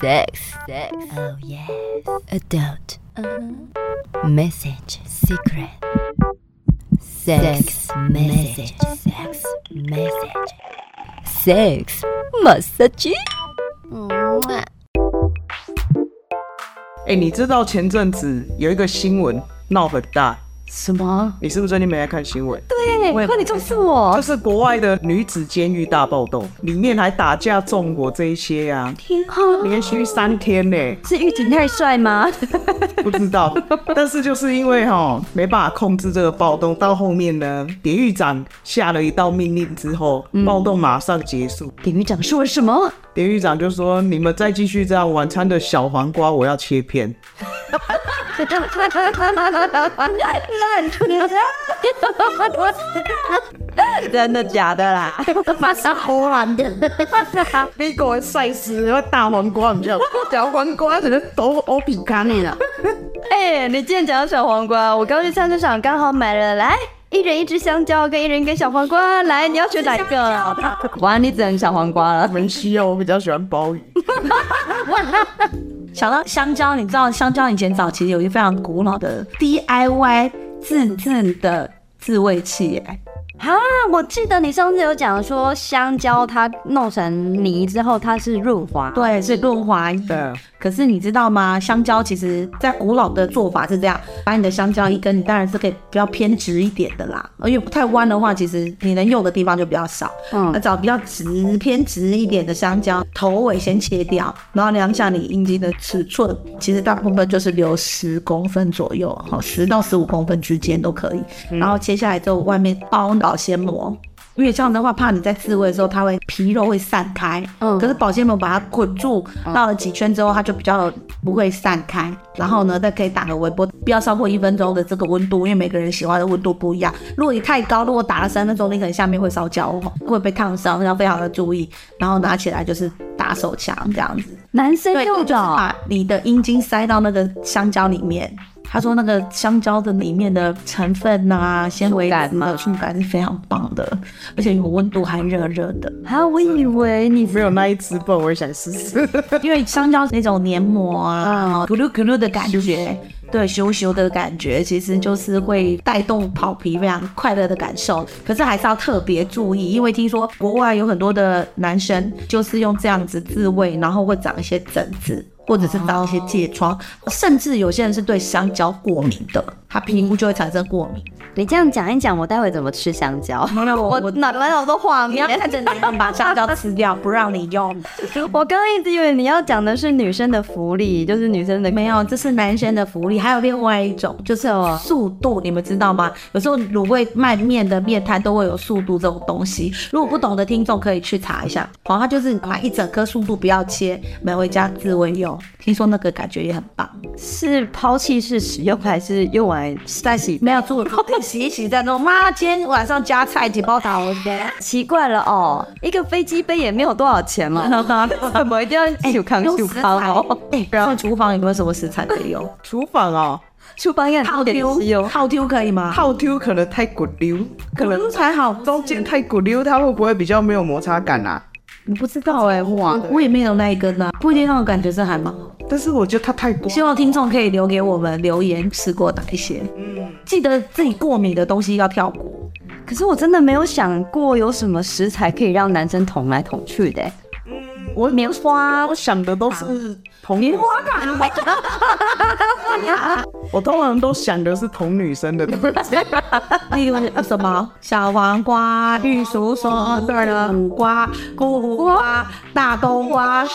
Sex, sex. Oh yes. Uh-huh. Adult. Message, secret. Sex, message, sex, message. Sex, massage. 哎、你知道前阵子有一个新闻闹很大，什么？你是不是最近没来看新闻？对，啊我也快点重视我就！是国外的女子监狱大暴动，里面还打架纵火这一些呀、啊，天啊，连续三天呢、是狱警太帅 吗？不 知道。但是就是因为哈、没办法控制这个暴动，到后面呢，典狱长下了一道命令之后，嗯暴动马上结束。典狱长说了什么？典狱长就说：“你们再继续这样，晚餐的小黄瓜我要切片。” 真的假的啦？美国的赛事，我大黄瓜，你知道， 小黄瓜只能都欧比干你了。哎、你今天讲到小黄瓜，我刚去菜市场，刚好买了，来，一人一只香蕉，跟一人一根小黄瓜，来，你要选哪一个 啊？哇，你只能小黄瓜了。没需要，我比较喜欢鲍鱼。想到香蕉，你知道香蕉以前早期有一个非常古老的 DIY 自制的自慰器耶，哈，我记得你上次有讲说香蕉它弄成泥之后它是润滑，对，是润滑液。对，可是你知道吗？香蕉其实在古老的做法是这样，把你的香蕉一根，你当然是可以比较偏直一点的啦，因为不太弯的话，其实你能用的地方就比较少。嗯那找比较直、偏直一点的香蕉，头尾先切掉，然后量一下你阴茎的尺寸，其实大部分就是留十公分左右，好，十到十五公分之间都可以。嗯然后切下来之后，外面包保鲜膜。因为这样的话，怕你在自慰的时候，它会皮肉会散开。嗯可是保鲜膜把它捆住，绕了几圈之后，它就比较不会散开。然后呢，再可以打个微波，不要超过一分钟的这个温度，因为每个人喜欢的温度不一样。如果你太高，如果打了三分钟，你可能下面会烧焦哦，会被烫伤，要非常的注意。然后拿起来就是打手枪这样子。男生对，用就是的哦、把你的阴茎塞到那个香蕉里面。他说那个香蕉的里面的成分啊、纤维什么的触感是非常棒的，而且有温度，还热热的。啊，我以为你没有那一只笨，我也想试 试。因为香蕉那种黏膜啊，咕噜咕噜的感觉，对，咻咻的感觉，其实就是会带动跑皮非常快乐的感受。可是还是要特别注意，因为听说国外有很多的男生就是用这样子自慰，然后会长一些疹子。或者是长一些疥疮，甚至有些人是对香蕉过敏的，他皮肤就会产生过敏。你这样讲一讲，我待会怎么吃香 蕉？没有，我哪来好多画你面要？看着男人把香蕉吃掉，不让你 用。我刚刚一直以为你要讲的是女生的福利，就是女生的 没有，这是男生的福利。还有另外一种就是有速度，你们知道吗？有时候卤味卖面的面摊都会有速度这种东西。如果不懂的听众可以去查一下。好，它就是买一整颗速度，不要切，买回家自慰用。听说那个感觉也很棒。是抛弃式使用还是用完再洗？没有做 哎洗一洗再弄。妈，今天晚上加菜几包糖，我天。奇怪了哦，一个飞机杯也没有多少钱 嘛，怎么一定要秀康 用秀食康材哦？， 哎，不要厨房有没有什么食材可以 用？厨房哦，秀康也很点 丢吃哦。套丢可以吗？套丢可能太骨溜，可能才好中间太骨溜，它会不会比较没有摩擦感啊？你不知道哎、哇，我也没有那一根呢、不一定让我感觉是还蛮好。但是我觉得它太光希望听众可以留给我们留言吃过哪一些，嗯，记得自己过敏的东西要跳过。可是我真的没有想过有什么食材可以让男生捅来捅去的欸。我棉花我想的都是同棉花感。 我通常都想的是同女生的， 例如什么小黄瓜、玉竹笋、对了，苦瓜、苦瓜、大冬瓜，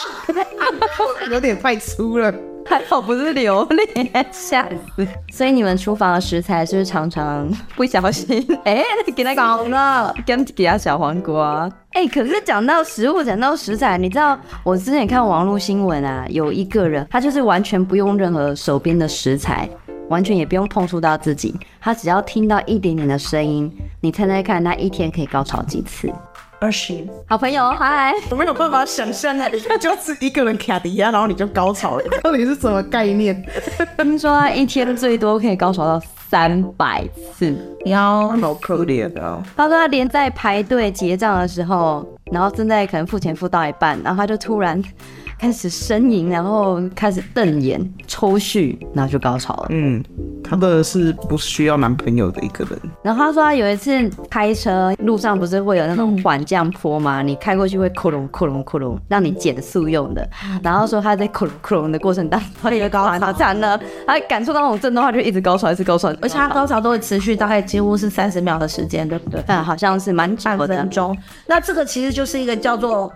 有点太粗了。还好不是榴莲，吓死！所以你们厨房的食材是不是常常不小心哎、给它搞了，跟给它小黄瓜。哎、可是讲到食物，讲到食材，你知道我之前看网络新闻啊，有一个人他就是完全不用任何手边的食材，完全也不用碰触到自己，他只要听到一点点的声音，你猜猜看，他一天可以高潮几次？二十。好朋友，嗨！我没有办法想象 啊，就是一个人卡迪亚，然后你就高潮了， 到底是什么概念？听说 他一天最多可以高潮到三百次。要哦好可怜啊！他说他连在排队结账的时候，然后正在可能付钱付到一半，然后他就突然开始呻吟，然后开始瞪眼、抽搐，然后就高潮了。嗯，她真的是不需要男朋友的一个人。然后他说他有一次开车路上不是会有那种缓降坡吗？你开过去会窟窿窟窿窟窿，让你减速用的。然后说他在窟窿窟窿的过程当中，他也高潮惨了，他感受到那种震动，他就一直高潮，一直高潮，而且它高潮都会持续大概几乎是三十秒的时间，对不对？嗯，好像是蛮久半的分。钟。那这个其实就是一个叫做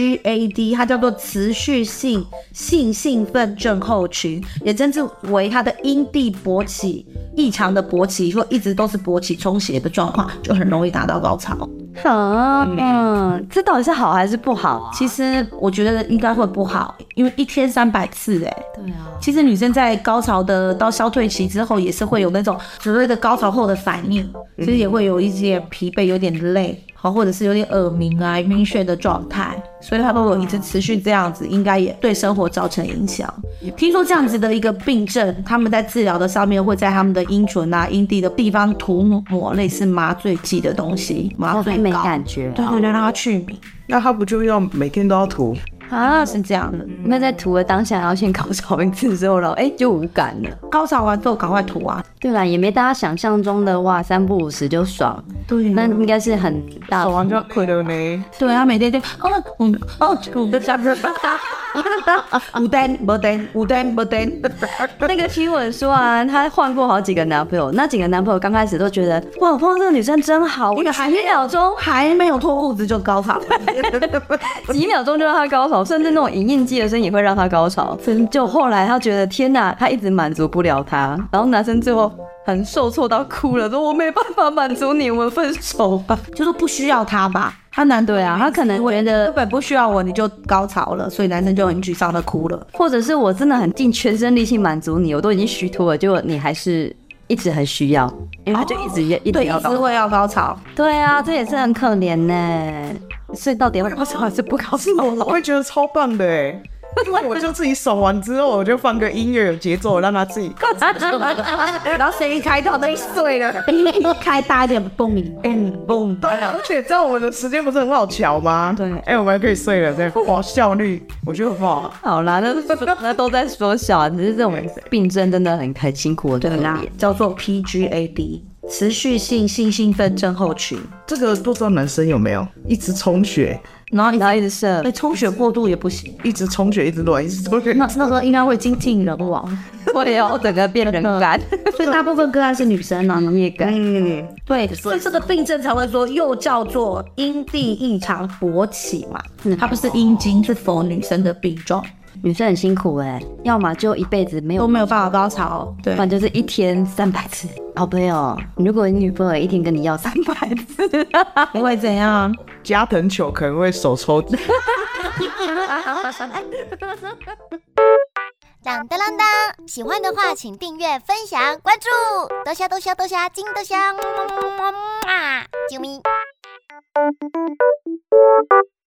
PGAD，它叫做持续性性兴奋症候群，也称之为它的阴蒂勃起异常的勃起，或一直都是勃起充血的状况，就很容易达到高潮。嗯嗯，这到底是好还是不好啊？其实我觉得应该会不好，因为一天三百次哎、对啊。其实女生在高潮的到消退期之后，也是会有那种所谓的高潮后的反应，其实也会有一些疲惫，有点累，好，或者是有点耳鸣啊、晕眩的状态。所以她如果一直持续这样子，应该也对生活造成影响。听说这样子的一个病症，他们在治疗的上面会在他们的阴唇啊、阴蒂的地方涂抹类似麻醉剂的东西，麻哦醉没膏。感觉哦对对对，让它去敏。那她不就要每天都要涂？啊！是这样的，那在涂的当下，然后先高潮一次之后，然后哎、就无感 了。高潮完之后赶快涂啊！对啦，也没大家想象中的哇，三不五时就爽，对那应该是很大涂。完就要退了呢。对啊，每天就哦，嗯，哦，我的下 边，五单不单，五单不单， 那个新闻说啊，她换过好几个男朋友，那几个男朋友刚开始都觉得哇，我碰到这个女生真 好，我因为几还没有秒钟还没有脱裤子就高潮，几秒钟就让她高潮，甚至那种影印机的声音也会让她高潮。就后来她觉得天哪，她一直满足不了他，然后男生最后很受挫到哭了，说我没办法满足你，我们分手吧。 就说不需要他吧，他难对啊，他可能觉得根本不需要我，你就高潮了，所以男生就很沮丧的哭了。或者是我真的很尽全身力气满足你，我都已经虚脱了，结果你还是一直很需要，因为他就一直要、一直对，要哦一搞直会要高潮，对啊，这也是很可怜呢。所以到底要高潮还是不高潮？我会觉得超棒的哎，因为我就自己爽完之后，我就放个音乐有节奏，让他自己。然后声音开到那碎了，开 大一点，嘣，嗯，嘣， 对啊，而且这样我们的时间不是很好瞧吗？对哎、我们还可以睡了，对，哇，效率我觉得很好。 好啦，那那都在缩小，只是这种病症真的很很辛苦的对啦，叫做 PGAD，持续性性兴奋症候群。这个不知道男生有没有，一直充血，然后一然后一直射对，哎充血过度也不行。一直充血，一直乱，一直充血。那那时候应该会精尽人亡，我也要哦整个变人干。 所以大部分个案是女生啊呢、也干，嗯，对，所以这个病症才会说又叫做阴蒂异常勃起嘛，它不是阴茎，是否女生的病状女生很辛苦哎、欸要么就一辈子没有都没有办法高潮。对不，然就是一天三百次。好朋友，如果你女朋友一天跟你要三百次，因为怎样？加藤球可能会手抽。当当当当！喜欢的话，请订阅、分享、关注，多虾多虾多虾，金多虾，么么么么么啊！啾咪。